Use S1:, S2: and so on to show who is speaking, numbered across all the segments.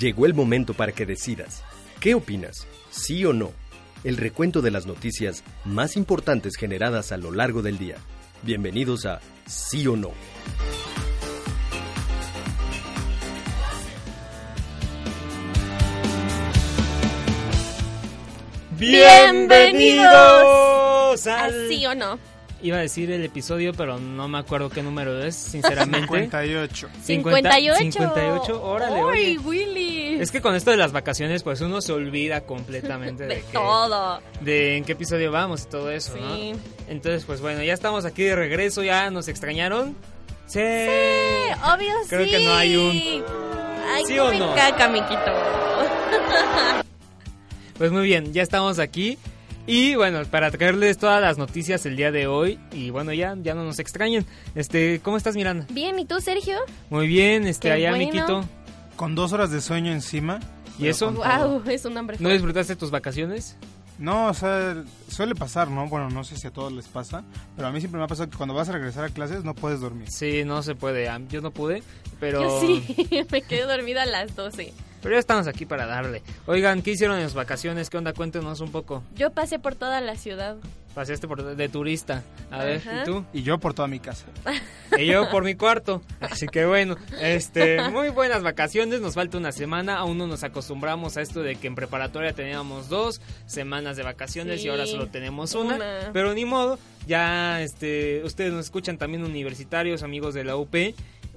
S1: Llegó el momento para que decidas. ¿Qué opinas? ¿Sí o no? el recuento de las noticias más importantes generadas a lo largo del día. Bienvenidos a Sí o No.
S2: Bienvenidos al...
S3: Así o no.
S2: Iba a decir el episodio, pero no me acuerdo qué número es, sinceramente.
S4: 58.
S3: 58.
S2: 58, órale.
S3: Uy,
S2: oye.
S3: Willy.
S2: Es que con esto de las vacaciones, pues uno se olvida completamente de,
S3: de
S2: que-
S3: todo.
S2: de en qué episodio vamos y todo eso, ¿no?
S3: Sí.
S2: Entonces, pues bueno, ya estamos aquí de regreso, ya nos extrañaron. Sí.
S3: Eh, Obvio
S2: Creo
S3: sí.
S2: que no hay un-
S3: Ay,
S2: ¿Sí
S3: que
S2: o
S3: me
S2: no?
S3: caca, miquito.
S2: Pues muy bien, ya estamos aquí. Y bueno, para traerles todas las noticias el día de hoy. Y bueno, ya, ya no nos extrañen. Este, ¿cómo estás, Miranda?
S3: Bien, ¿y tú, Sergio?
S2: Muy bien, este,
S3: Qué
S2: allá,
S3: bueno.
S2: Miquito.
S4: Con dos horas de sueño encima.
S2: ¿Y eso?
S3: Wow, es un hombre.
S2: ¿No disfrutaste tus vacaciones?
S4: No, o sea, suele pasar, ¿no? Bueno, no sé si a todos les pasa, pero a mí siempre me ha pasado que cuando vas a regresar a clases no puedes dormir.
S2: Sí, no se puede. ah, Yo no pude, pero...
S3: Yo sí, me quedé dormida a las 12.
S2: Pero ya estamos aquí para darle. Oigan, ¿qué hicieron en sus vacaciones? ¿Qué onda? Cuéntenos un poco.
S3: Yo pasé por toda la ciudad.
S2: Paseaste por de turista. A ver,
S3: Ajá.
S2: ¿y tú?
S4: Y yo por toda mi casa.
S2: Y yo por mi cuarto. Así que bueno, este, muy buenas vacaciones. Nos falta una semana. Aún no nos acostumbramos a esto de que en preparatoria teníamos dos semanas de vacaciones
S3: Sí,
S2: y ahora solo tenemos una.
S3: una.
S2: Pero ni modo, ya este, ustedes nos escuchan también universitarios, amigos de la UP.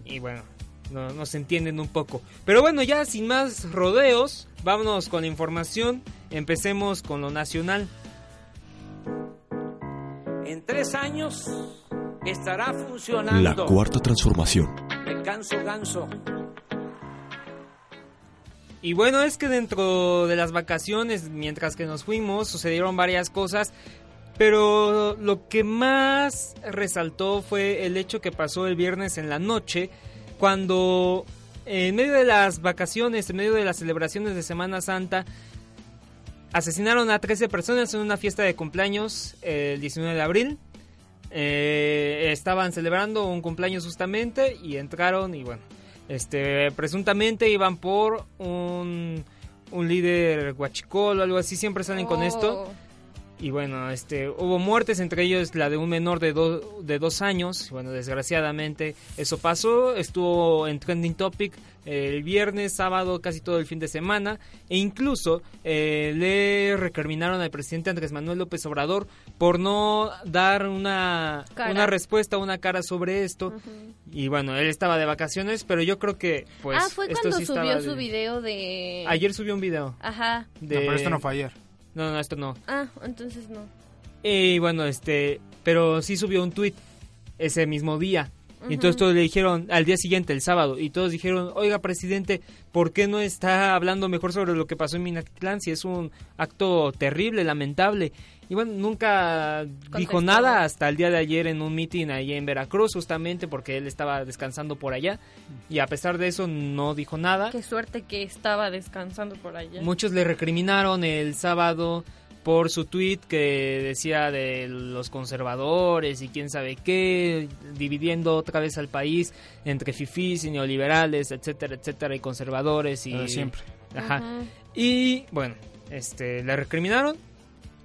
S2: Y bueno, no- nos entienden un poco. Pero bueno, ya sin más rodeos, vámonos con la información. Empecemos con lo nacional.
S5: En tres años estará
S6: La
S5: funcionando.
S6: cuarta transformación.
S5: Me canso ganso.
S2: Y bueno, es que dentro de las vacaciones, mientras que nos fuimos, sucedieron varias cosas. Pero lo que más resaltó fue el hecho que pasó el viernes en la noche, cuando en medio de las vacaciones, en medio de las celebraciones de Semana Santa, asesinaron a 13 personas en una fiesta de cumpleaños el 19 de abril. Eh, estaban celebrando un cumpleaños justamente y entraron y bueno, este, presuntamente iban por un, un líder guachicol o algo así, siempre salen
S7: Oh.
S2: con esto. Y bueno, este, hubo muertes, entre ellos la de un menor de, do- de dos años. Bueno, desgraciadamente eso pasó. Estuvo en Trending Topic eh, el viernes, sábado, casi todo el fin de semana. E incluso eh, le recriminaron al presidente Andrés Manuel López Obrador por no dar una,
S3: Cara.
S2: una respuesta, una cara sobre esto. Y bueno, él estaba de vacaciones, pero yo creo que... Pues,
S3: ah, fue
S2: esto
S3: cuando
S2: sí estaba
S3: subió
S2: de-
S3: su video de...
S2: Ayer subió un video.
S3: Ajá.
S2: De...
S4: No, pero esto no fue ayer.
S2: No, no, esto no.
S3: Ah, entonces no.
S2: Y bueno, este, pero sí subió un tuit ese mismo día. Y entonces
S3: Ujú.
S2: todos le dijeron al día siguiente, el sábado, y todos dijeron, oiga presidente, ¿por qué no está hablando mejor sobre lo que pasó en Minatitlán? Si es un acto terrible, lamentable. Y bueno, nunca dijo
S3: Contestó.
S2: nada hasta el día de ayer en un mitin ahí en Veracruz, justamente porque él estaba descansando por allá. Y a pesar de eso, no dijo nada.
S3: Qué suerte que estaba descansando por allá.
S2: Muchos le recriminaron el sábado por su tweet que decía de los conservadores y quién sabe qué, dividiendo otra vez al país entre fifís y neoliberales, etcétera, etcétera, y conservadores y
S4: Lo de siempre.
S2: Ajá.
S3: Ujú.
S2: Y bueno, este le recriminaron,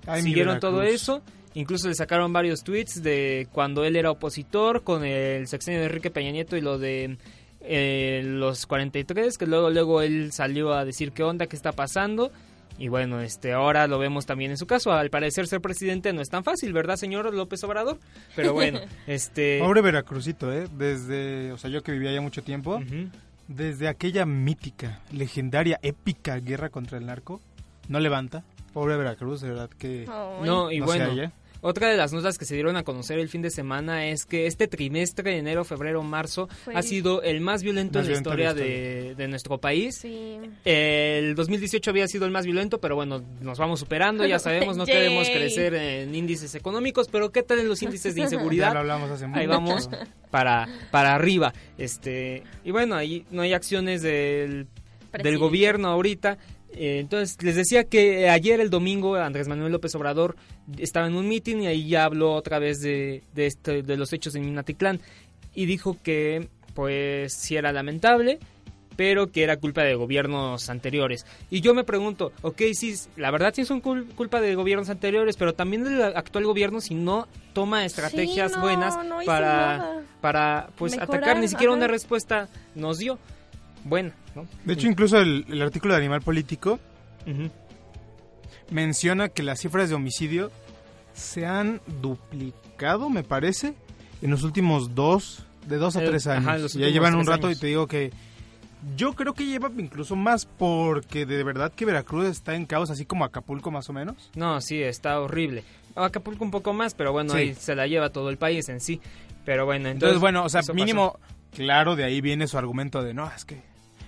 S4: Ay, mi
S2: siguieron todo
S4: Veracruz.
S2: eso. Incluso le sacaron varios tweets de cuando él era opositor con el sexenio de Enrique Peña Nieto y lo de eh, los 43, que luego luego él salió a decir qué onda, qué está pasando. Y bueno, este ahora lo vemos también en su caso. Al parecer ser presidente no es tan fácil, ¿verdad, señor López Obrador? Pero bueno, este
S4: Pobre Veracruzito, ¿eh? Desde, o sea, yo que vivía allá mucho tiempo,
S2: ujú.
S4: desde aquella mítica, legendaria, épica guerra contra el narco, no levanta. Pobre Veracruz, de verdad que...
S3: Ay.
S2: No, y
S4: no se
S2: bueno,
S4: halla.
S2: Otra de las notas que se dieron a conocer el fin de semana es que este trimestre, enero, febrero, marzo,
S3: Fue-
S2: ha sido el más violento
S4: Más
S2: en la
S4: violento de la
S2: historia de, de nuestro país.
S3: Sí.
S2: El 2018 había sido el más violento, pero bueno, nos vamos superando, ya sabemos, no
S3: Yay.
S2: queremos crecer en índices económicos, pero ¿qué tal en los índices de
S4: Ya lo
S2: inseguridad?
S4: hablamos hace mucho.
S2: Ahí vamos para, para arriba. Este, y bueno, ahí no hay acciones del, del
S3: Presidente.
S2: gobierno ahorita. Eh, Entonces, les decía que ayer el domingo Andrés Manuel López Obrador estaba en un mitin y ahí ya habló otra vez de, de, este- de los hechos en Minatitlán y dijo que pues sí era lamentable, pero que era culpa de gobiernos anteriores. Y yo me pregunto, ok, sí, la verdad sí es un cul- culpa de gobiernos anteriores, pero también del actual gobierno si no toma estrategias
S3: Sí, no,
S2: buenas
S3: no hizo
S2: para,
S3: nada.
S2: para pues
S3: Mejorar,
S2: atacar, ni siquiera
S3: ajá.
S2: una respuesta nos dio. Bueno, ¿no?
S4: De hecho, incluso el, el artículo de Animal Político
S2: Ujú.
S4: menciona que las cifras de homicidio se han duplicado, me parece, en los últimos dos, de dos a
S2: Eh,
S4: tres
S2: ajá,
S4: años.
S2: los
S4: ya
S2: últimos
S4: llevan un
S2: tres
S4: rato
S2: años.
S4: y te digo que yo creo que lleva incluso más porque de verdad que Veracruz está en caos, así como Acapulco más o menos.
S2: No, sí, está horrible. Acapulco un poco más, pero bueno,
S4: Sí.
S2: ahí se la lleva todo el país en sí. Pero bueno, entonces...
S4: Entonces, bueno, o sea,
S2: eso pasó.
S4: mínimo, claro, de ahí viene su argumento de no, es que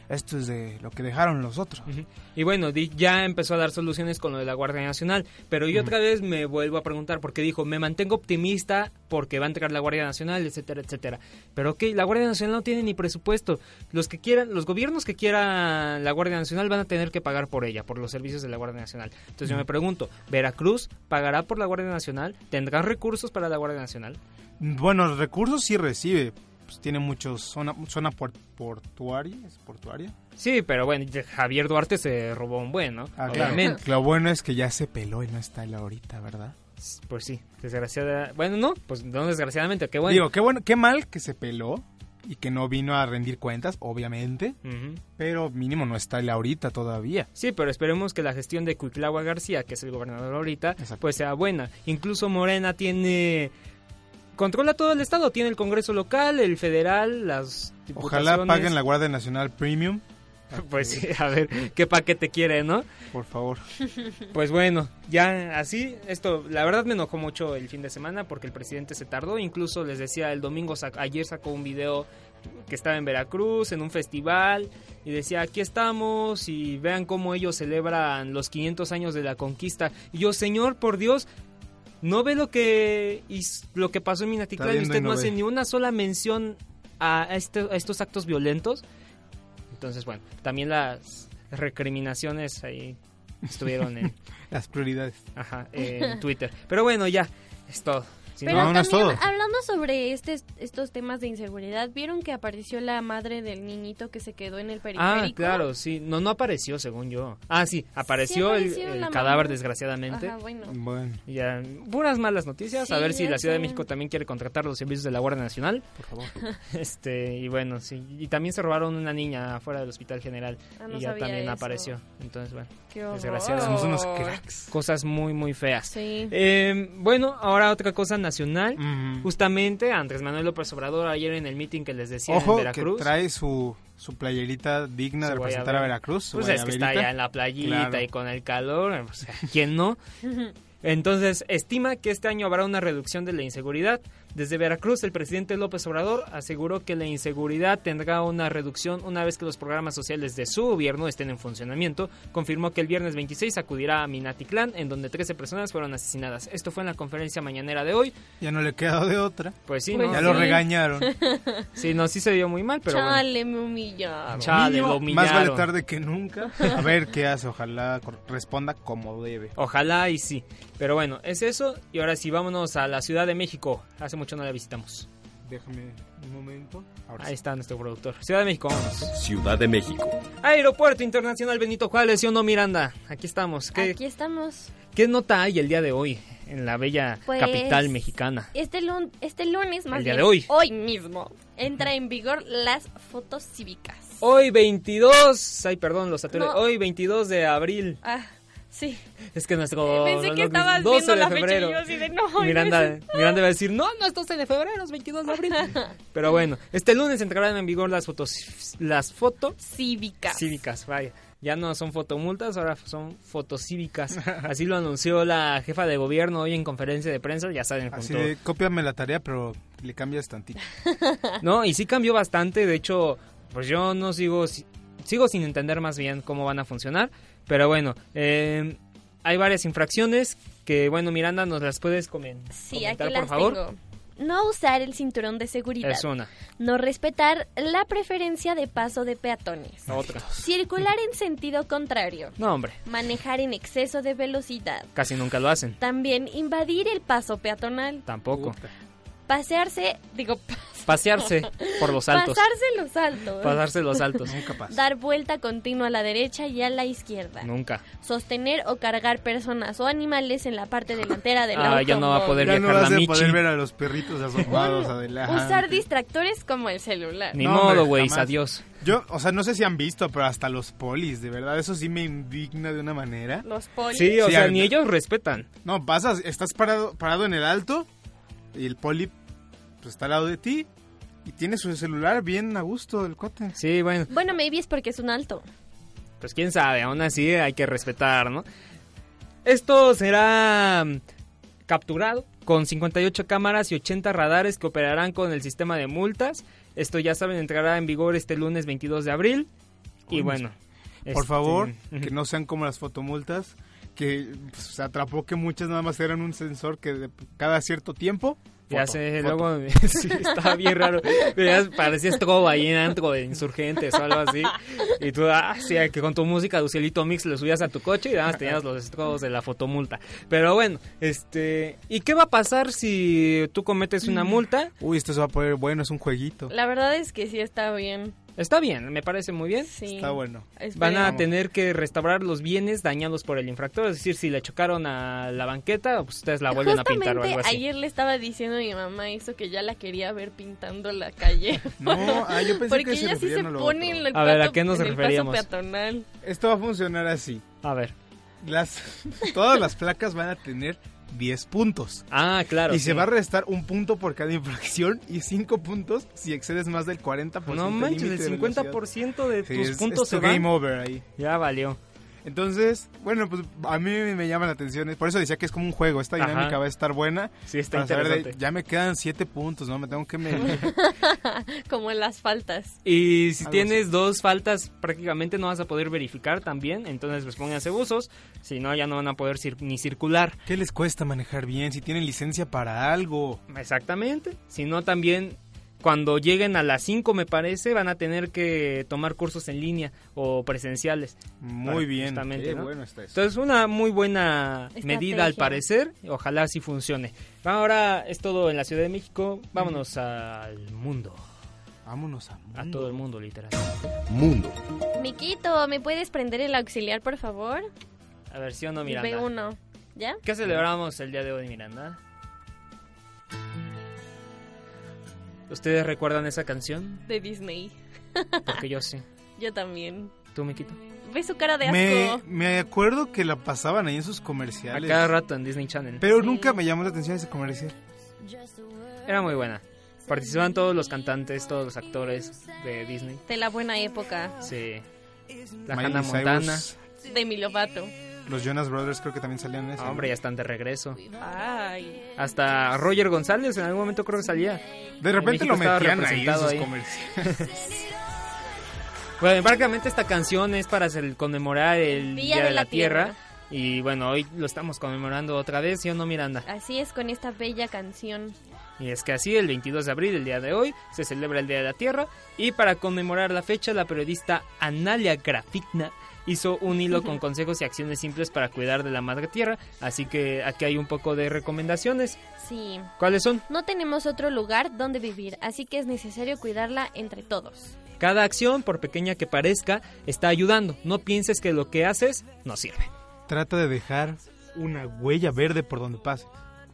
S4: esto es de lo que dejaron los otros.
S2: Ujú. Y bueno, di- ya empezó a dar soluciones con lo de la Guardia Nacional, pero yo otra vez me vuelvo a preguntar porque dijo, me mantengo optimista porque va a entrar la Guardia Nacional, etcétera, etcétera. Pero ok, la Guardia Nacional no tiene ni presupuesto. Los que quieran, los gobiernos que quieran la Guardia Nacional van a tener que pagar por ella, por los servicios de la Guardia Nacional. Entonces yo me pregunto, ¿Veracruz pagará por la Guardia Nacional? ¿Tendrán recursos para la Guardia Nacional?
S4: Bueno, recursos sí recibe. Pues tiene muchos zona, zona puer- portuaria, ¿es portuaria.
S2: Sí, pero bueno, Javier Duarte se robó un buen, ¿no?
S4: Ah, claro.
S2: Obviamente.
S4: Lo bueno es que ya se peló y no está él ahorita, ¿verdad?
S2: Pues sí, desgraciada. Bueno, no, pues no desgraciadamente, qué bueno.
S4: Digo, qué bueno, qué mal que se peló y que no vino a rendir cuentas, obviamente,
S2: Ujú.
S4: pero mínimo no está él ahorita todavía.
S2: Sí, pero esperemos que la gestión de Cuitlagua García, que es el gobernador ahorita,
S4: Exacto.
S2: pues sea buena. Incluso Morena tiene... Controla todo el estado, tiene el Congreso local, el federal, las diputaciones.
S4: Ojalá paguen la Guardia Nacional Premium,
S2: Pues sí, a ver, qué paquete quiere, ¿no?
S4: por favor.
S2: Pues bueno, ya así, esto, la verdad me enojó mucho el fin de semana porque el presidente se tardó, incluso les decía, el domingo, sac- ayer sacó un video que estaba en Veracruz, en un festival, y decía, aquí estamos, y vean cómo ellos celebran los 500 años de la conquista. Y yo, señor, por Dios, no ve lo que, hiz- lo que pasó en Minatitlán, y
S4: viendo y
S2: usted
S4: no
S2: no, hace
S4: ve.
S2: ni una sola mención a, este- a estos actos violentos. Entonces, bueno, también las recriminaciones ahí estuvieron en...
S4: Las prioridades.
S2: Ajá, en Twitter. Pero bueno, ya, es todo. Si
S3: Pero
S4: no,
S2: no,
S4: no es
S3: también,
S4: todo.
S3: hablando sobre este, estos temas de inseguridad, ¿vieron que apareció la madre del niñito que se quedó en el periférico?
S2: ah, claro, sí. No, no apareció, según yo. Ah, sí, apareció el-
S3: apareció
S2: el,
S3: la
S2: cadáver,
S3: mamá.
S2: desgraciadamente.
S3: Ajá, bueno.
S4: Bueno,
S2: Ya, puras malas noticias. a
S3: Sí,
S2: ver si
S3: ya
S2: la Ciudad de
S3: sé.
S2: México también quiere contratar los servicios de la Guardia Nacional.
S4: por favor.
S2: Este, y bueno, sí. Y también se robaron una niña afuera del Hospital General.
S3: Ah, no
S2: y ya
S3: sabía
S2: también
S3: eso.
S2: apareció. Entonces, bueno,
S3: Qué horror.
S2: Desgraciados,
S4: Somos unos cracks.
S2: cosas muy, muy feas.
S3: Sí.
S2: Eh, bueno, ahora otra cosa nacional.
S4: Ujú.
S2: Justamente Andrés Manuel López Obrador ayer en el meeting que les decía en
S4: Ojo que
S2: Veracruz.
S4: trae su, su playerita digna
S2: Su
S4: de representar
S2: guayabera.
S4: a Veracruz. su
S2: Pues es que está
S4: guayaberita.
S2: allá en la playita
S4: Claro.
S2: y con el calor, o sea, ¿quién no? Entonces, estima que este año habrá una reducción de la inseguridad. Desde Veracruz, el presidente López Obrador aseguró que la inseguridad tendrá una reducción una vez que los programas sociales de su gobierno estén en funcionamiento. Confirmó que el viernes 26 acudirá a Minatitlán, en donde 13 personas fueron asesinadas. Esto fue en la conferencia mañanera de hoy.
S4: Ya no le queda de otra.
S2: Pues sí,
S3: Pues
S2: no,
S4: Ya
S3: sí.
S4: lo
S2: sí,
S4: regañaron.
S2: sí, no, sí se vio muy mal, pero bueno.
S3: Chale, me humillaron.
S2: Chale, lo
S4: Más vale
S2: humillaron.
S4: tarde que nunca. A ver qué hace, ojalá cor- responda como debe.
S2: Ojalá y sí. Pero bueno, es eso. Y ahora sí, vámonos a la Ciudad de México. Hace mucho no la visitamos.
S4: Déjame un momento. Ahora
S2: Ahí
S4: sí.
S2: está nuestro productor. Ciudad de México, vámonos.
S1: Ciudad de México.
S2: Aeropuerto Internacional Benito Juárez, ¿sí o no, Miranda? Aquí estamos. ¿Qué,
S3: Aquí estamos.
S2: qué nota hay el día de hoy en la bella
S3: Pues,
S2: capital mexicana?
S3: Este, lun- este lunes, más
S2: El día
S3: bien,
S2: de hoy.
S3: mismo, entra en vigor las fotos cívicas.
S2: Hoy 22, ay perdón, los saturé.
S3: No.
S2: Hoy 22 de abril.
S3: Ah, sí.
S2: Es Oh, que nuestro
S3: Pensé que
S2: reloj es
S3: estabas
S2: 12
S3: viendo
S2: de
S3: la
S2: febrero.
S3: fecha y yo así de no.
S2: Miranda, Miranda va a decir, no, no es 12 de febrero, es 22 de abril. Pero bueno, este lunes entrarán en vigor las fotos, las fotos
S3: Cívicas.
S2: cívicas, vaya. ya no son fotomultas, ahora son fotocívicas. Así lo anunció la jefa de gobierno hoy en conferencia de prensa, ya saben,
S4: Así
S2: junto-
S4: de, cópiame la tarea, pero le cambias tantito.
S2: No, y sí cambió bastante, de hecho, pues yo no sigo, si- sigo sin entender más bien cómo van a funcionar, pero bueno, eh, hay varias infracciones que, bueno, Miranda, nos las puedes comen-
S3: Sí, aquí
S2: comentar,
S3: las
S2: por favor.
S3: tengo. No usar el cinturón de seguridad.
S2: Es una,
S3: No respetar la preferencia de paso de peatones.
S2: otra.
S3: Circular en sentido contrario.
S2: No, hombre,
S3: Manejar en exceso de velocidad.
S2: casi nunca lo hacen,
S3: También invadir el paso peatonal.
S2: tampoco.
S3: Pasearse, digo,
S2: Pasearse por los altos.
S3: pasarse los altos.
S2: Pasarse los altos.
S4: Nunca pasa.
S3: Dar vuelta continua a la derecha y a la izquierda.
S2: Nunca.
S3: Sostener o cargar personas o animales en la parte delantera del
S2: Ah, ya no va a
S3: automóvil.
S2: poder
S4: Ya no
S2: viajar
S4: vas
S2: la
S4: a
S2: Michi.
S4: poder ver a los perritos asomados adelante.
S3: Usar distractores como el celular.
S2: Ni
S4: No, hombre,
S2: modo, güey,
S4: jamás.
S2: adiós.
S4: Yo, o sea, no sé si han visto, pero hasta los polis, de verdad, eso sí me indigna de una manera.
S3: Los polis.
S2: Sí, o
S4: Sí,
S2: sea,
S4: al-
S2: ni ellos respetan.
S4: No, pasas, estás parado, parado en el alto y el poli pues, está al lado de ti y tiene su celular bien a gusto el cuate.
S2: Sí, bueno,
S3: Bueno, maybe es porque es un alto.
S2: pues quién sabe, aún así hay que respetar, ¿no? Esto será mm, capturado con 58 cámaras y 80 radares que operarán con el sistema de multas. Esto ya saben, entrará en vigor este lunes 22 de abril. Y
S4: Uy,
S2: bueno.
S4: Por
S2: este,
S4: favor,
S2: ujú.
S4: que no sean como las fotomultas, que pues, se atrapó que muchas nada más eran un sensor que de- cada cierto tiempo...
S2: Ya
S4: foto,
S2: sé,
S4: foto.
S2: luego sí, estaba bien raro. Veías, Parecía estrobo ahí en antro de insurgentes o algo así. Y tú, ah, sí, que con tu música de Ucielito Mix lo subías a tu coche y además tenías los estrobos de la fotomulta. Pero bueno, este. ¿Y qué va a pasar si tú cometes
S3: Mm.
S2: una multa?
S4: Uy, esto se va a poner bueno, es un jueguito.
S3: La verdad es que sí está bien.
S2: Está bien, me parece muy bien.
S3: Sí.
S4: Está bueno.
S2: Van a
S3: Esperemos.
S2: tener que restaurar los bienes dañados por el infractor. Es decir, si le chocaron a la banqueta, pues ustedes la vuelven a pintar o algo
S3: Justamente
S2: así.
S3: ayer le estaba diciendo a mi mamá eso que ya la quería ver pintando la calle.
S4: No, ah, yo pensé
S3: Porque
S4: que se
S3: ella sí
S4: referían
S3: se
S4: a lo
S3: pone
S4: otro.
S3: en el
S2: A ver, ¿a
S3: pato-
S2: qué nos
S3: en el paso
S2: referíamos?
S3: peatonal.
S4: Esto va a funcionar así.
S2: A ver.
S4: Las, todas las placas van a tener 10 puntos.
S2: Ah, claro.
S4: y
S2: sí.
S4: se va a restar un punto por cada infracción y cinco puntos si excedes más del 40%.
S2: No
S4: del
S2: manches,
S4: límite
S2: Pues, el
S4: de velocidad.
S2: 50% de
S4: Sí,
S2: tus
S4: es-
S2: puntos
S4: es tu
S2: se van.
S4: game over ahí.
S2: Ya valió.
S4: Entonces, bueno, pues a mí me llama la atención. Por eso decía que es como un juego. Esta
S2: Ajá.
S4: dinámica va a estar buena.
S2: Sí, está
S4: para saber de-
S2: interesante.
S4: ya me quedan siete puntos, ¿no? Me tengo que medir.
S3: Como en las faltas.
S2: Y si
S4: Algo
S2: tienes dos faltas, prácticamente no vas a poder verificar también. Entonces, pues pónganse buzos. Si no, ya no van a poder cir- ni circular.
S4: ¿Qué les cuesta manejar bien? Si tienen licencia para algo.
S2: Exactamente. Si no, también cuando lleguen a las 5, me parece, van a tener que tomar cursos en línea o presenciales.
S4: Muy
S2: Para-
S4: bien.
S2: justamente,
S4: Qué
S2: ¿no?
S4: bueno está eso.
S2: Entonces, una muy buena medida al
S3: Estrategia.
S2: parecer. Ojalá sí funcione. Ahora es todo en la Ciudad de México. Vámonos al mundo.
S4: Vámonos a
S2: A todo el mundo, literal.
S1: Mundo.
S3: Miquito, ¿me puedes prender el auxiliar, por favor?
S2: A ver, ¿sí o no, Miranda?
S3: Ve uno. ¿Ya?
S2: ¿Qué celebramos el día de hoy, Miranda? ¿Ustedes recuerdan esa canción?
S3: De Disney.
S2: Porque yo sí.
S3: Yo también.
S2: ¿Tú, Miquito?
S3: Ve su cara de
S4: Me,
S3: asco.
S4: me acuerdo que la pasaban ahí en sus
S2: A
S4: comerciales.
S2: cada rato en Disney Channel.
S4: Pero
S3: Sí.
S4: nunca me llamó la atención ese comercial.
S2: Era muy buena. Participaban todos los cantantes, todos los actores de Disney.
S3: De la buena época.
S2: Sí. La
S4: Miley
S2: Hannah
S4: Cyrus,
S2: Montana.
S3: De mi Lovato.
S4: Los Jonas Brothers creo que también salían en ese.
S2: Ah, hombre, ya están de regreso.
S3: Ay.
S2: Hasta Roger González en algún momento creo que salía.
S4: De repente
S2: en México
S4: lo
S2: estaba
S4: metían ahí en
S2: representado
S4: sus
S2: ahí.
S4: comerciales.
S2: Bueno, prácticamente esta canción es para cel- conmemorar el Día, de, la, tierra. Y bueno, hoy lo estamos conmemorando otra vez, ¿sí o no, Miranda?
S3: Así es con esta bella canción.
S2: Y es que así, el 22 de abril, el día de hoy, se celebra el Día de la Tierra. Y para conmemorar la fecha, la periodista Analia Grafikna hizo un hilo con consejos y acciones simples para cuidar de la madre tierra. Así que aquí hay un poco de recomendaciones.
S3: Sí.
S2: ¿Cuáles son?
S3: No tenemos otro lugar donde vivir, así que es necesario cuidarla entre todos.
S2: Cada acción, por pequeña que parezca, está ayudando. No pienses que lo que haces no sirve.
S4: Trata de dejar una huella verde por donde pase.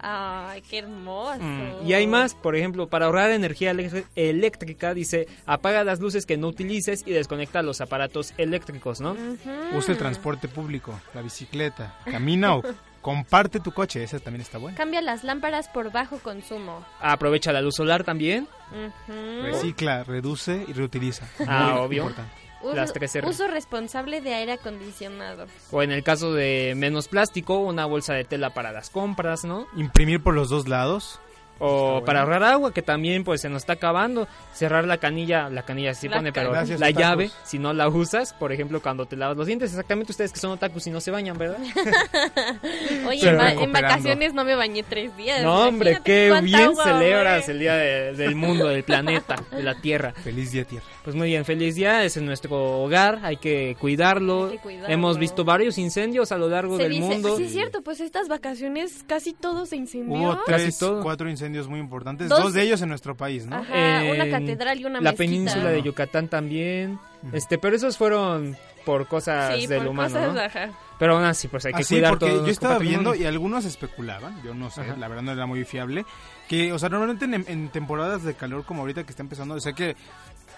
S3: Ay, qué hermoso.
S2: Mm, Y hay más, por ejemplo, para ahorrar energía elec- eléctrica, dice, apaga las luces que no utilices y desconecta los
S3: Mm.
S2: aparatos eléctricos, ¿no?
S3: Ujú.
S4: Usa el transporte público, la bicicleta, camina o Comparte tu coche, esa también está buena.
S3: Cambia las lámparas por bajo consumo.
S2: Aprovecha la luz solar también.
S3: Ujú.
S4: Recicla, reduce y reutiliza.
S2: Ah,
S4: Muy
S2: obvio.
S4: importante.
S3: Uso-
S2: las tres R.
S3: Uso responsable de aire acondicionado.
S2: O en el caso de menos plástico, una bolsa de tela para las compras, ¿no?
S4: Imprimir por los dos lados.
S2: O
S4: bueno.
S2: para ahorrar agua, que también pues se nos está acabando. Cerrar la canilla, la canilla sí
S3: La
S2: pone, pero
S4: canilla. Gracias,
S2: la
S4: otakus.
S2: llave, si no la usas, por ejemplo, cuando te lavas los dientes. Exactamente ustedes que son otakus y no se bañan, ¿verdad?
S3: Oye,
S4: Pero
S3: en, va- en
S4: recuperando.
S3: vacaciones no me bañé tres días.
S2: no, hombre,
S3: Imagínate
S2: qué
S3: cuánta
S2: bien
S3: agua ahorré.
S2: celebras el día de- del mundo, del planeta, de la Tierra.
S4: Feliz día, tierra.
S2: Pues muy bien, feliz día, es en nuestro hogar, hay que cuidarlo.
S3: Hay que cuidarlo.
S2: Hemos visto varios incendios a lo largo
S3: Se
S2: del
S3: dice-
S2: mundo.
S3: Sí, es cierto, pues estas vacaciones casi todo se incendió.
S4: Hubo
S2: Casi
S4: tres,
S2: todo.
S4: cuatro incendios muy importantes.
S3: Dos-
S4: Dos, de ellos en nuestro país, ¿no?
S3: Ajá, una
S2: en
S3: catedral y una
S2: la
S3: mezquita.
S2: península de Yucatán también. Este, pero esos fueron por cosas
S3: Sí,
S2: del
S3: por
S2: humano,
S3: cosas,
S2: ¿no?
S3: ajá.
S2: Pero aún así, pues hay que
S4: Así,
S2: cuidar
S4: Ah, porque
S2: todo.
S4: yo
S2: nuestro
S4: estaba viendo
S2: patrimonio.
S4: y algunos especulaban, yo no sé,
S2: Ajá.
S4: la verdad no era muy fiable, que, o sea, normalmente en, en temporadas de calor como ahorita que está empezando, o sea que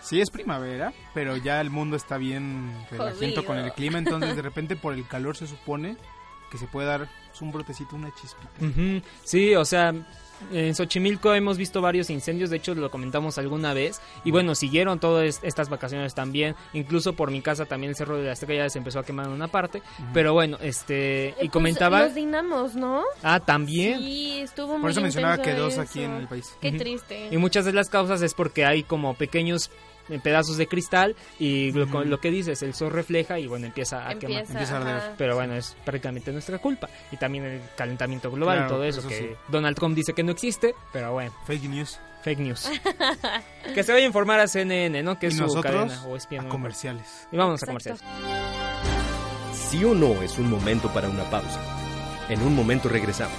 S4: sí es primavera, pero ya el mundo está bien relajento
S3: Jodido.
S4: con el clima, entonces de repente por el calor se supone que se puede dar pues, un brotecito, una chispita.
S2: Ujú. Sí, o sea, en Xochimilco hemos visto varios incendios, de hecho lo comentamos alguna vez. Y bueno, siguieron todas estas vacaciones también. Incluso por mi casa también el Cerro de la Estrella se empezó a quemar en una parte. Pero bueno, este.
S3: Eh, pues,
S2: y comentaba.
S3: Los dinamos, ¿no?
S2: Ah, también.
S3: Sí, estuvo muy
S4: Por eso mencionaba que
S3: intenso
S4: dos
S3: eso.
S4: aquí en el país.
S3: Qué
S2: Ujú.
S3: triste.
S2: Y muchas de las causas es porque hay como pequeños eh, pedazos de cristal y lo,
S4: Ujú.
S2: lo que dices, el sol refleja y bueno, ah, empieza a quemar.
S3: Empieza,
S4: empieza a arder.
S3: ajá.
S2: Pero bueno, es prácticamente nuestra culpa. Y también el calentamiento global y
S4: Claro,
S2: todo eso,
S4: eso
S2: que
S4: sí.
S2: Donald Trump dice que no existe, pero bueno,
S4: Fake news.
S2: fake news. que se vaya a informar a CNN, ¿no? Que
S4: Y
S2: es su
S4: nosotros
S2: cadena o ESPN,
S4: a
S2: no me acuerdo.
S4: comerciales.
S2: Y vámonos a
S3: Exacto.
S2: comerciales.
S1: Sí o no es un momento para una pausa. En un momento regresamos.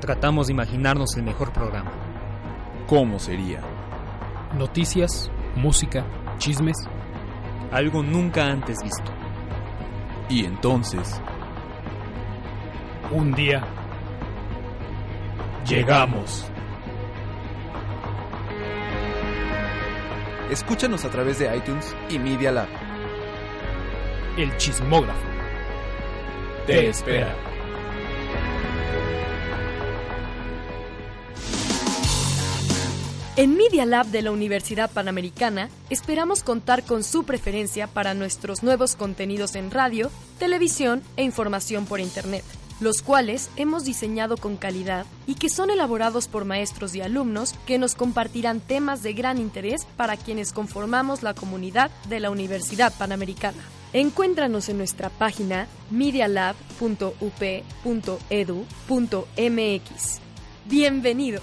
S2: Tratamos de imaginarnos el mejor programa.
S8: ¿Cómo sería? Noticias, música, chismes.
S2: Algo nunca antes visto.
S8: Y entonces... Un día... Llegamos.
S9: Escúchanos a través de iTunes y Media Lab.
S8: El chismógrafo. Te espera.
S7: En Media Lab de la Universidad Panamericana esperamos contar con su preferencia para nuestros nuevos contenidos en radio, televisión e información por Internet, los cuales hemos diseñado con calidad y que son elaborados por maestros y alumnos que nos compartirán temas de gran interés para quienes conformamos la comunidad de la Universidad Panamericana. Encuéntranos en nuestra página e medialab.up.edu.mx. Bienvenidos.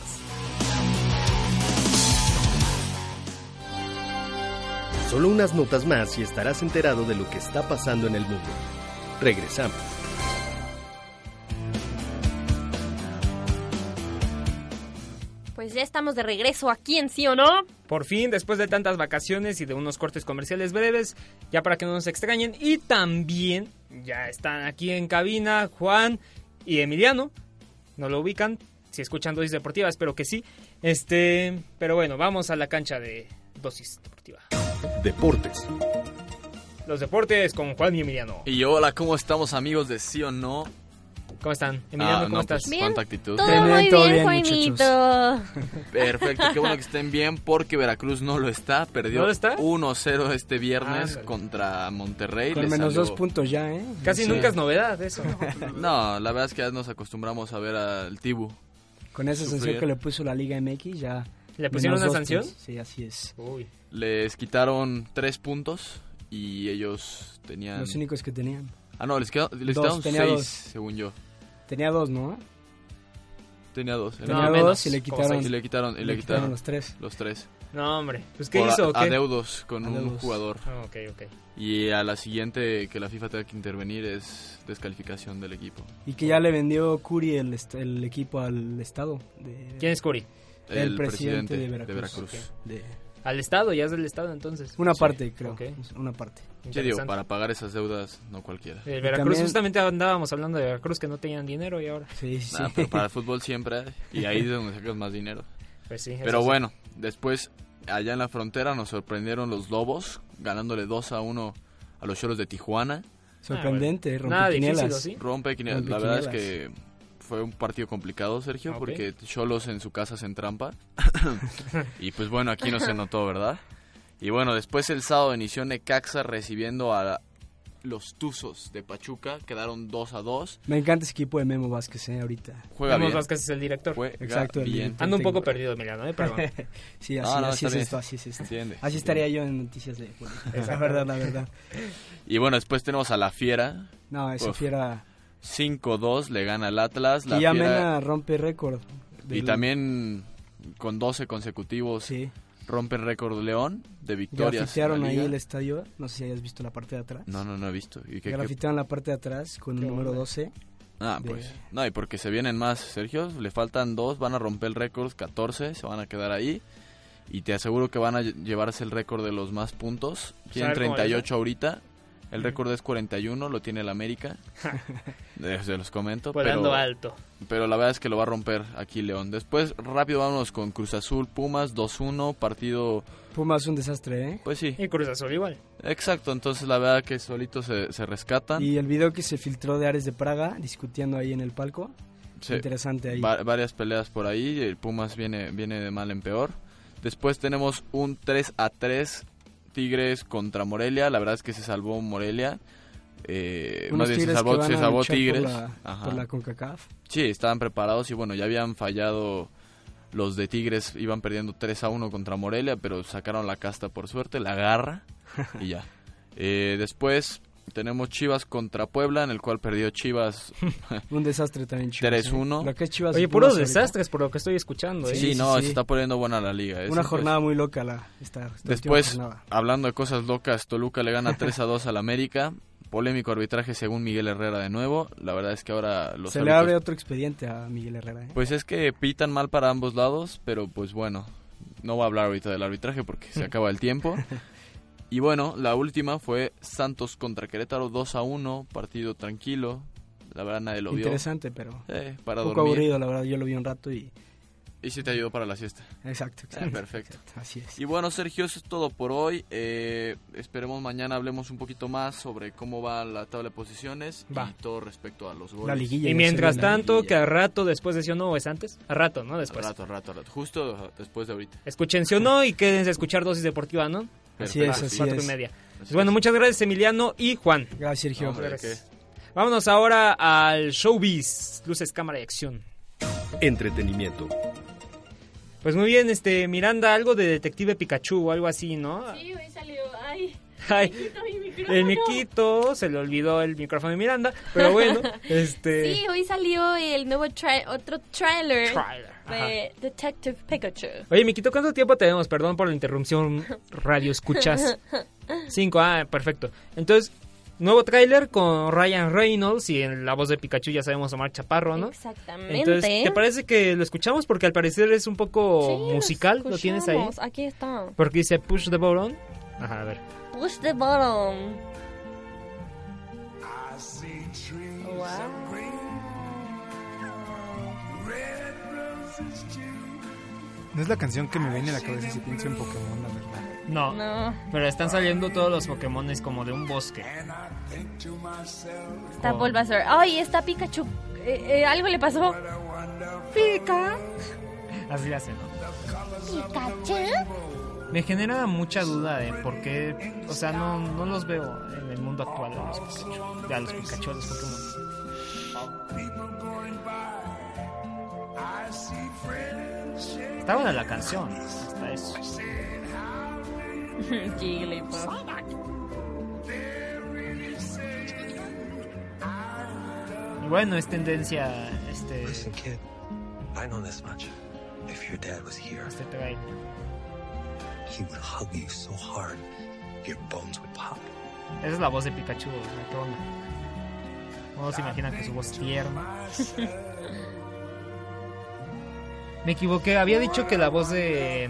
S1: Solo unas notas más y estarás enterado de lo que está pasando en el mundo. Regresamos.
S3: Pues ya estamos de regreso aquí en Sí o No.
S2: Por fin, después de tantas vacaciones y de unos cortes comerciales breves, ya para que no nos extrañen. Y también ya están aquí en cabina Juan y Emiliano. No lo ubican, si escuchan dosis deportiva, espero que sí. Este, pero bueno, vamos a la cancha de dosis deportiva.
S1: Deportes.
S2: Los deportes con Juan y Emiliano.
S10: Y hola, ¿cómo estamos amigos de sí o no?
S2: ¿Cómo están? Emiliano,
S10: Ah,
S2: ¿cómo
S10: no,
S2: estás?
S10: pues,
S3: Bien.
S10: cuánta actitud.
S3: Todo
S2: Bien,
S3: muy
S2: todo
S3: bien,
S2: bien,
S3: Juanito.
S10: Perfecto, qué bueno que estén bien porque Veracruz no lo está, perdió
S2: ¿No lo está?
S10: 1-0 este viernes
S5: Ah.
S2: Ándale.
S10: contra Monterrey.
S5: Con
S10: le
S5: menos
S10: salió-
S5: dos puntos ya, ¿eh?
S2: Casi
S10: Sí.
S2: nunca es novedad eso.
S10: No, la verdad es que ya nos acostumbramos a ver al Tibu.
S5: Con esa sanción
S10: Sufrir.
S5: que le puso la Liga MX ya...
S2: ¿Le pusieron
S5: menos
S2: una
S5: dos
S2: sanción?
S5: puntos. Sí, así es.
S2: Uy.
S10: Les quitaron tres puntos y ellos tenían...
S5: Los únicos que tenían.
S10: Ah, no, les, quedó, les
S5: Dos,
S10: quitaron
S5: tenía
S10: seis,
S5: dos.
S10: según yo.
S5: Tenía dos, ¿no?
S10: Tenía dos.
S5: Tenía
S2: No,
S5: dos
S2: menos,
S5: y le
S2: como
S10: ¿eh?
S5: quitaron,
S10: Y le quitaron, y le,
S5: le quitaron
S10: quitaron,
S5: los tres.
S10: los tres.
S2: No, hombre. Pues, ¿qué
S10: Por a-
S2: hizo? o qué?
S10: Adeudos con un
S2: Adeudos.
S10: jugador.
S2: Ah, ok, ok.
S10: Y a la siguiente que la FIFA tenga que intervenir es descalificación del equipo.
S5: Y que ya le vendió Curi el, est- el equipo al Estado. de-
S2: ¿Quién es Curi?
S5: El,
S10: El
S5: presidente,
S10: presidente
S5: de Veracruz.
S10: de Veracruz.
S5: Ok. De-
S2: Al Estado, ya es del Estado entonces.
S5: Una
S2: Sí,
S5: parte, creo.
S2: ok.
S5: Una parte.
S10: Sí, digo,
S2: Interesante. Eh,
S10: para pagar esas deudas, no cualquiera.
S2: El Veracruz,
S5: También-
S2: justamente andábamos hablando de Veracruz que no tenían dinero y ahora.
S5: Sí, sí.
S10: Nah,
S5: sí.
S10: pero para el fútbol siempre hay, y ahí es donde sacas más dinero.
S2: Pues sí, eso
S10: Pero
S2: sí.
S10: bueno, después allá en la frontera nos sorprendieron los Lobos ganándole 2 a 1 a los Cholos de Tijuana.
S5: Sorprendente,
S2: Ah, bueno. Nada difícil,
S5: rompequinielas.
S2: ¿o sí?
S10: Rompe quinielas. La verdad
S5: Rompequinielas.
S10: es que fue un partido complicado, Sergio,
S2: Ok.
S10: porque Cholos en su casa se entrampa. y pues bueno, aquí no se notó, ¿verdad? Y bueno, después el sábado inició Necaxa recibiendo a los Tuzos de Pachuca. Quedaron 2 a 2.
S5: Me encanta ese equipo de Memo Vázquez, eh, ahorita.
S10: Juega
S2: Ramos
S10: bien.
S2: Vázquez es el director.
S10: Juega
S5: Exacto, el
S10: bien.
S5: director.
S2: Ando un poco
S5: técnico.
S2: perdido, Emiliano, ¿eh? Perdón.
S5: Sí, así,
S10: No, no,
S5: así
S10: está
S5: es
S10: bien.
S5: esto, así es esto.
S10: Entiende, entiende.
S5: Así estaría yo en noticias de fútbol. La verdad, la verdad.
S10: Y bueno, después tenemos a la Fiera.
S5: No, esa
S10: Uf.
S5: fiera.
S10: 5-2 le gana al Atlas. La
S5: Y ya
S10: Fiera-
S5: Mena rompe récord.
S10: y
S5: del-
S10: también con 12 consecutivos
S5: Sí.
S10: rompe el récord León de
S5: Ya
S10: victorias. en la
S5: Grafitearon ahí
S10: liga.
S5: el estadio. No sé si hayas visto la parte de atrás.
S10: No, no, no he visto. ¿Y qué- qué-
S5: Grafitearon la parte de atrás con el
S2: Qué
S5: número
S2: onda.
S5: 12.
S10: Ah,
S5: de-
S10: pues. No, y porque se vienen más, Sergio. Le faltan dos, van a romper el récord, 14, se van a quedar ahí. Y te aseguro que van a lle- llevarse el récord de los más puntos. Tienen
S2: a ver cómo les va.
S10: 38 ahorita. El récord es 41, lo tiene el América. Eh, se los comento.
S2: Volando
S10: pero,
S2: alto.
S10: Pero la verdad es que lo va a romper aquí León. Después, rápido vámonos con Cruz Azul, Pumas, 2-1, partido...
S5: Pumas un desastre, ¿eh?
S10: Pues sí,
S2: Y Cruz Azul igual.
S10: exacto. Entonces la verdad que solitos se, se rescatan.
S5: Y el video que se filtró de Ares de Praga discutiendo ahí en el palco.
S10: Se-
S5: Interesante ahí.
S10: va- varias peleas por ahí. El Pumas viene, viene de mal en peor. Después tenemos un 3 a 3 Tigres contra Morelia. La verdad es que se salvó Morelia. Eh, más
S5: Unos
S10: bien se
S5: Tigres que
S10: salvó,
S5: van
S10: se
S5: a
S10: salvó
S5: luchar
S10: Tigres.
S5: Por la,
S10: Ajá.
S5: por la CONCACAF.
S10: Sí, estaban preparados y bueno, ya habían fallado los de Tigres, iban perdiendo 3 a 1 contra Morelia, pero sacaron la casta por suerte, la garra y ya. Eh, después tenemos Chivas contra Puebla, en el cual perdió Chivas.
S5: Un desastre también, Chivas.
S10: 3-1.
S5: ¿eh? Lo que es Chivas y
S2: Oye,
S5: Pumas
S2: puros
S5: ahorita.
S2: desastres por lo que estoy escuchando, ¿eh?
S10: Sí,
S5: sí,
S10: no,
S5: sí.
S10: se está poniendo buena la liga. eh,
S5: Una
S10: sí, pues.
S5: jornada muy loca la esta, esta
S10: Después,
S5: última jornada.
S10: hablando de cosas locas, Toluca le gana 3 a 2 al América. Polémico arbitraje según Miguel Herrera de nuevo. La verdad es que ahora los
S5: Se le
S10: árbitros-
S5: abre otro expediente a Miguel Herrera. ¿eh?
S10: Pues es que pitan mal para ambos lados, pero pues bueno, no va a hablar ahorita del arbitraje porque se acaba el tiempo. Y bueno, la última fue Santos contra Querétaro 2 a 1, partido tranquilo. La verdad nadie lo vio.
S5: Interesante, pero
S10: Eh, para
S5: un
S10: dormir.
S5: poco aburrido, la verdad. Yo lo vi un rato y...
S10: Y si te ayudó para la siesta.
S5: Exacto,
S10: Eh,
S5: exacto.
S10: perfecto.
S5: Así es.
S10: Y bueno, Sergio, eso es todo por hoy. Eh, esperemos mañana hablemos un poquito más sobre cómo va la tabla de posiciones
S2: Va.
S10: y todo respecto a los goles.
S5: La liguilla.
S2: Y
S5: ya
S2: mientras
S5: se viene.
S2: tanto,
S10: liguilla.
S2: que a rato después de si o no, ¿o es antes? A rato, ¿no?
S10: Al
S5: pues.
S2: Después.
S10: rato, al rato, al rato. Justo después de ahorita.
S2: Escuchen si o no y quédense a escuchar Dosis Deportiva, ¿no?
S5: Así
S10: Perfecto,
S5: es,
S10: sí.
S5: así
S2: Cuatro
S5: es.
S2: y media.
S10: Así
S2: Pues bueno,
S10: es.
S2: muchas gracias Emiliano y Juan.
S5: Gracias, Sergio.
S10: Hombre,
S2: gracias.
S10: ¿qué?
S2: Vámonos ahora al showbiz, luces, cámara y acción.
S1: Entretenimiento.
S2: Pues muy bien, este Miranda, algo de Detective Pikachu o algo así, ¿no?
S3: Sí, hoy salió. Ay,
S2: Ay,
S3: quito mi micrófono.
S2: Eh, el miquito, se le olvidó el micrófono de Miranda, pero bueno, este...
S3: Sí, hoy salió el nuevo tra- otro trailer
S2: Trailer, ajá.
S3: de Detective Pikachu.
S2: Oye, Miquito, ¿cuánto tiempo tenemos? Perdón por la interrupción, radio escuchas. Cinco, ah, perfecto. Entonces, nuevo tráiler con Ryan Reynolds y en la voz de Pikachu ya sabemos Omar Chaparro, ¿no?
S3: Exactamente.
S2: Entonces, ¿te parece que lo escuchamos? Porque al parecer es un poco
S3: Sí,
S2: musical, ¿lo tienes ahí?
S3: escuchamos. Aquí está.
S2: Porque dice Push the Button. Ajá, a ver.
S3: Push the bottom. Wow.
S4: No es la canción que me viene a la cabeza si pienso en Pokémon, la verdad.
S2: No,
S3: No,
S2: pero están saliendo todos los Pokémones como de un bosque.
S3: está
S2: Oh.
S3: Bulbasaur. Ay, está Pikachu. Eh, eh, algo le pasó. Pika.
S2: Así le hacen, ¿no?
S3: Pikachu.
S2: Me genera mucha duda de por qué, o sea, no, no los veo en el mundo actual a los Pikachu, a los Pikachu, a los Pokémon. Está buena la canción, hasta eso.
S3: Jigglypuff.
S2: Y bueno, es tendencia este,
S11: kid, I know this much. If your dad was here,
S2: este trailer.
S11: he would hug you so hard, your bones would pop.
S2: Esa es la voz de Pikachu, retona. No se imaginan que su voz tierna. Me equivoqué, había dicho que la voz de,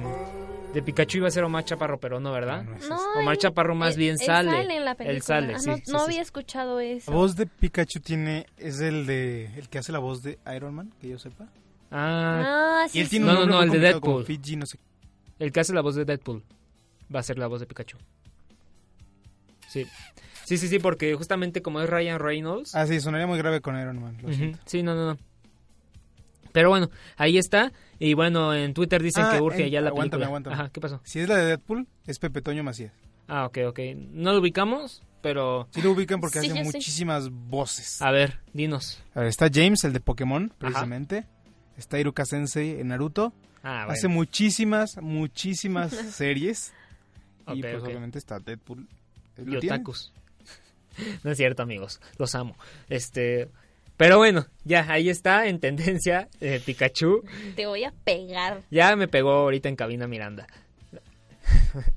S2: de Pikachu iba a ser Omar Chaparro, pero no, ¿verdad?
S3: No,
S2: Omar
S3: él-
S2: Chaparro más
S3: él-
S2: bien
S3: eh, él
S2: sale.
S3: en la película.
S2: Él sale,
S3: Ah,
S2: sí,
S3: no
S2: sí,
S3: no
S2: sí,
S3: había
S2: sí.
S3: escuchado eso.
S4: La voz de Pikachu tiene es el de el que hace la voz de Iron Man, que yo sepa.
S2: Ah,
S3: Ah, sí,
S4: y él tiene
S2: sí.
S4: un
S2: No, no,
S4: nombre
S2: no, el
S4: muy
S2: de
S4: complicado, como
S2: Deadpool.
S4: Fiji, no sé.
S2: El que hace la voz de Deadpool va a ser la voz de Pikachu. Sí. Sí, sí, sí, porque justamente como es Ryan Reynolds.
S4: Ah, sí, sonaría muy grave con Iron Man. lo
S2: Ujú.
S4: siento.
S2: Sí, no, no, no. Pero bueno, ahí está. Y bueno, en Twitter dicen
S4: Ah,
S2: que urge
S4: en-
S2: ya la
S4: aguántame,
S2: película.
S4: aguántame.
S2: Ajá, ¿qué pasó?
S4: Si es la de Deadpool, es Pepe Toño Macías.
S2: Ah, ok, ok. No lo ubicamos, pero...
S4: Sí lo ubican porque
S2: Sí,
S4: hace
S2: ya sé.
S4: muchísimas voces.
S2: A ver, dinos.
S4: A ver, está James, el de Pokémon, precisamente. Está Iruka Sensei en Naruto.
S2: Ah,
S4: Hace
S2: bueno.
S4: muchísimas, muchísimas series. y
S2: Ok,
S4: pues
S2: ok.
S4: obviamente está Deadpool. Él
S2: Y
S4: lo tiene.
S2: otakus. No es cierto, amigos. Los amo. Este... Pero bueno, ya, ahí está en tendencia eh, Pikachu.
S3: Te voy a pegar.
S2: Ya me pegó ahorita en cabina Miranda.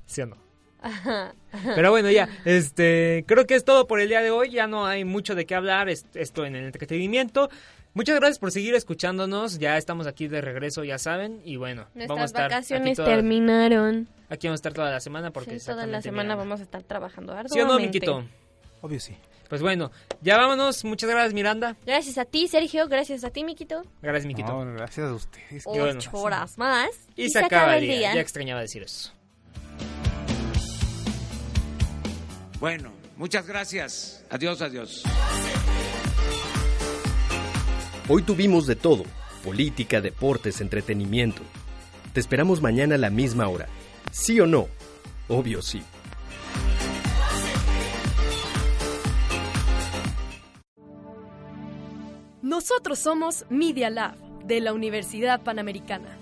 S2: ¿Sí o no?
S3: Ajá.
S2: Pero bueno, ya, este, creo que es todo por el día de hoy. Ya no hay mucho de qué hablar es- esto en el entretenimiento. Muchas gracias por seguir escuchándonos. Ya estamos aquí de regreso, ya saben. Y bueno, vamos a
S3: Nuestras
S2: estar aquí
S3: vacaciones
S2: toda-
S3: terminaron.
S2: Aquí vamos a estar toda la semana porque
S3: Sí, toda la
S2: exactamente
S3: semana
S2: Miranda.
S3: vamos a estar trabajando arduamente.
S2: ¿Sí o no, Miquito?
S4: Obvio sí.
S2: Pues bueno, ya vámonos. Muchas gracias, Miranda.
S3: Gracias a ti, Sergio. Gracias a ti, Miquito.
S2: Gracias, Miquito.
S4: No, gracias a ustedes.
S3: Ocho horas más.
S2: Y, se, acaba, el día. Ya extrañaba decir eso.
S12: Bueno, muchas gracias. Adiós, adiós.
S1: Hoy tuvimos de todo, política, deportes, entretenimiento. Te esperamos mañana a la misma hora. ¿Sí o no? Obvio sí.
S7: Nosotros somos Media Lab de la Universidad Panamericana.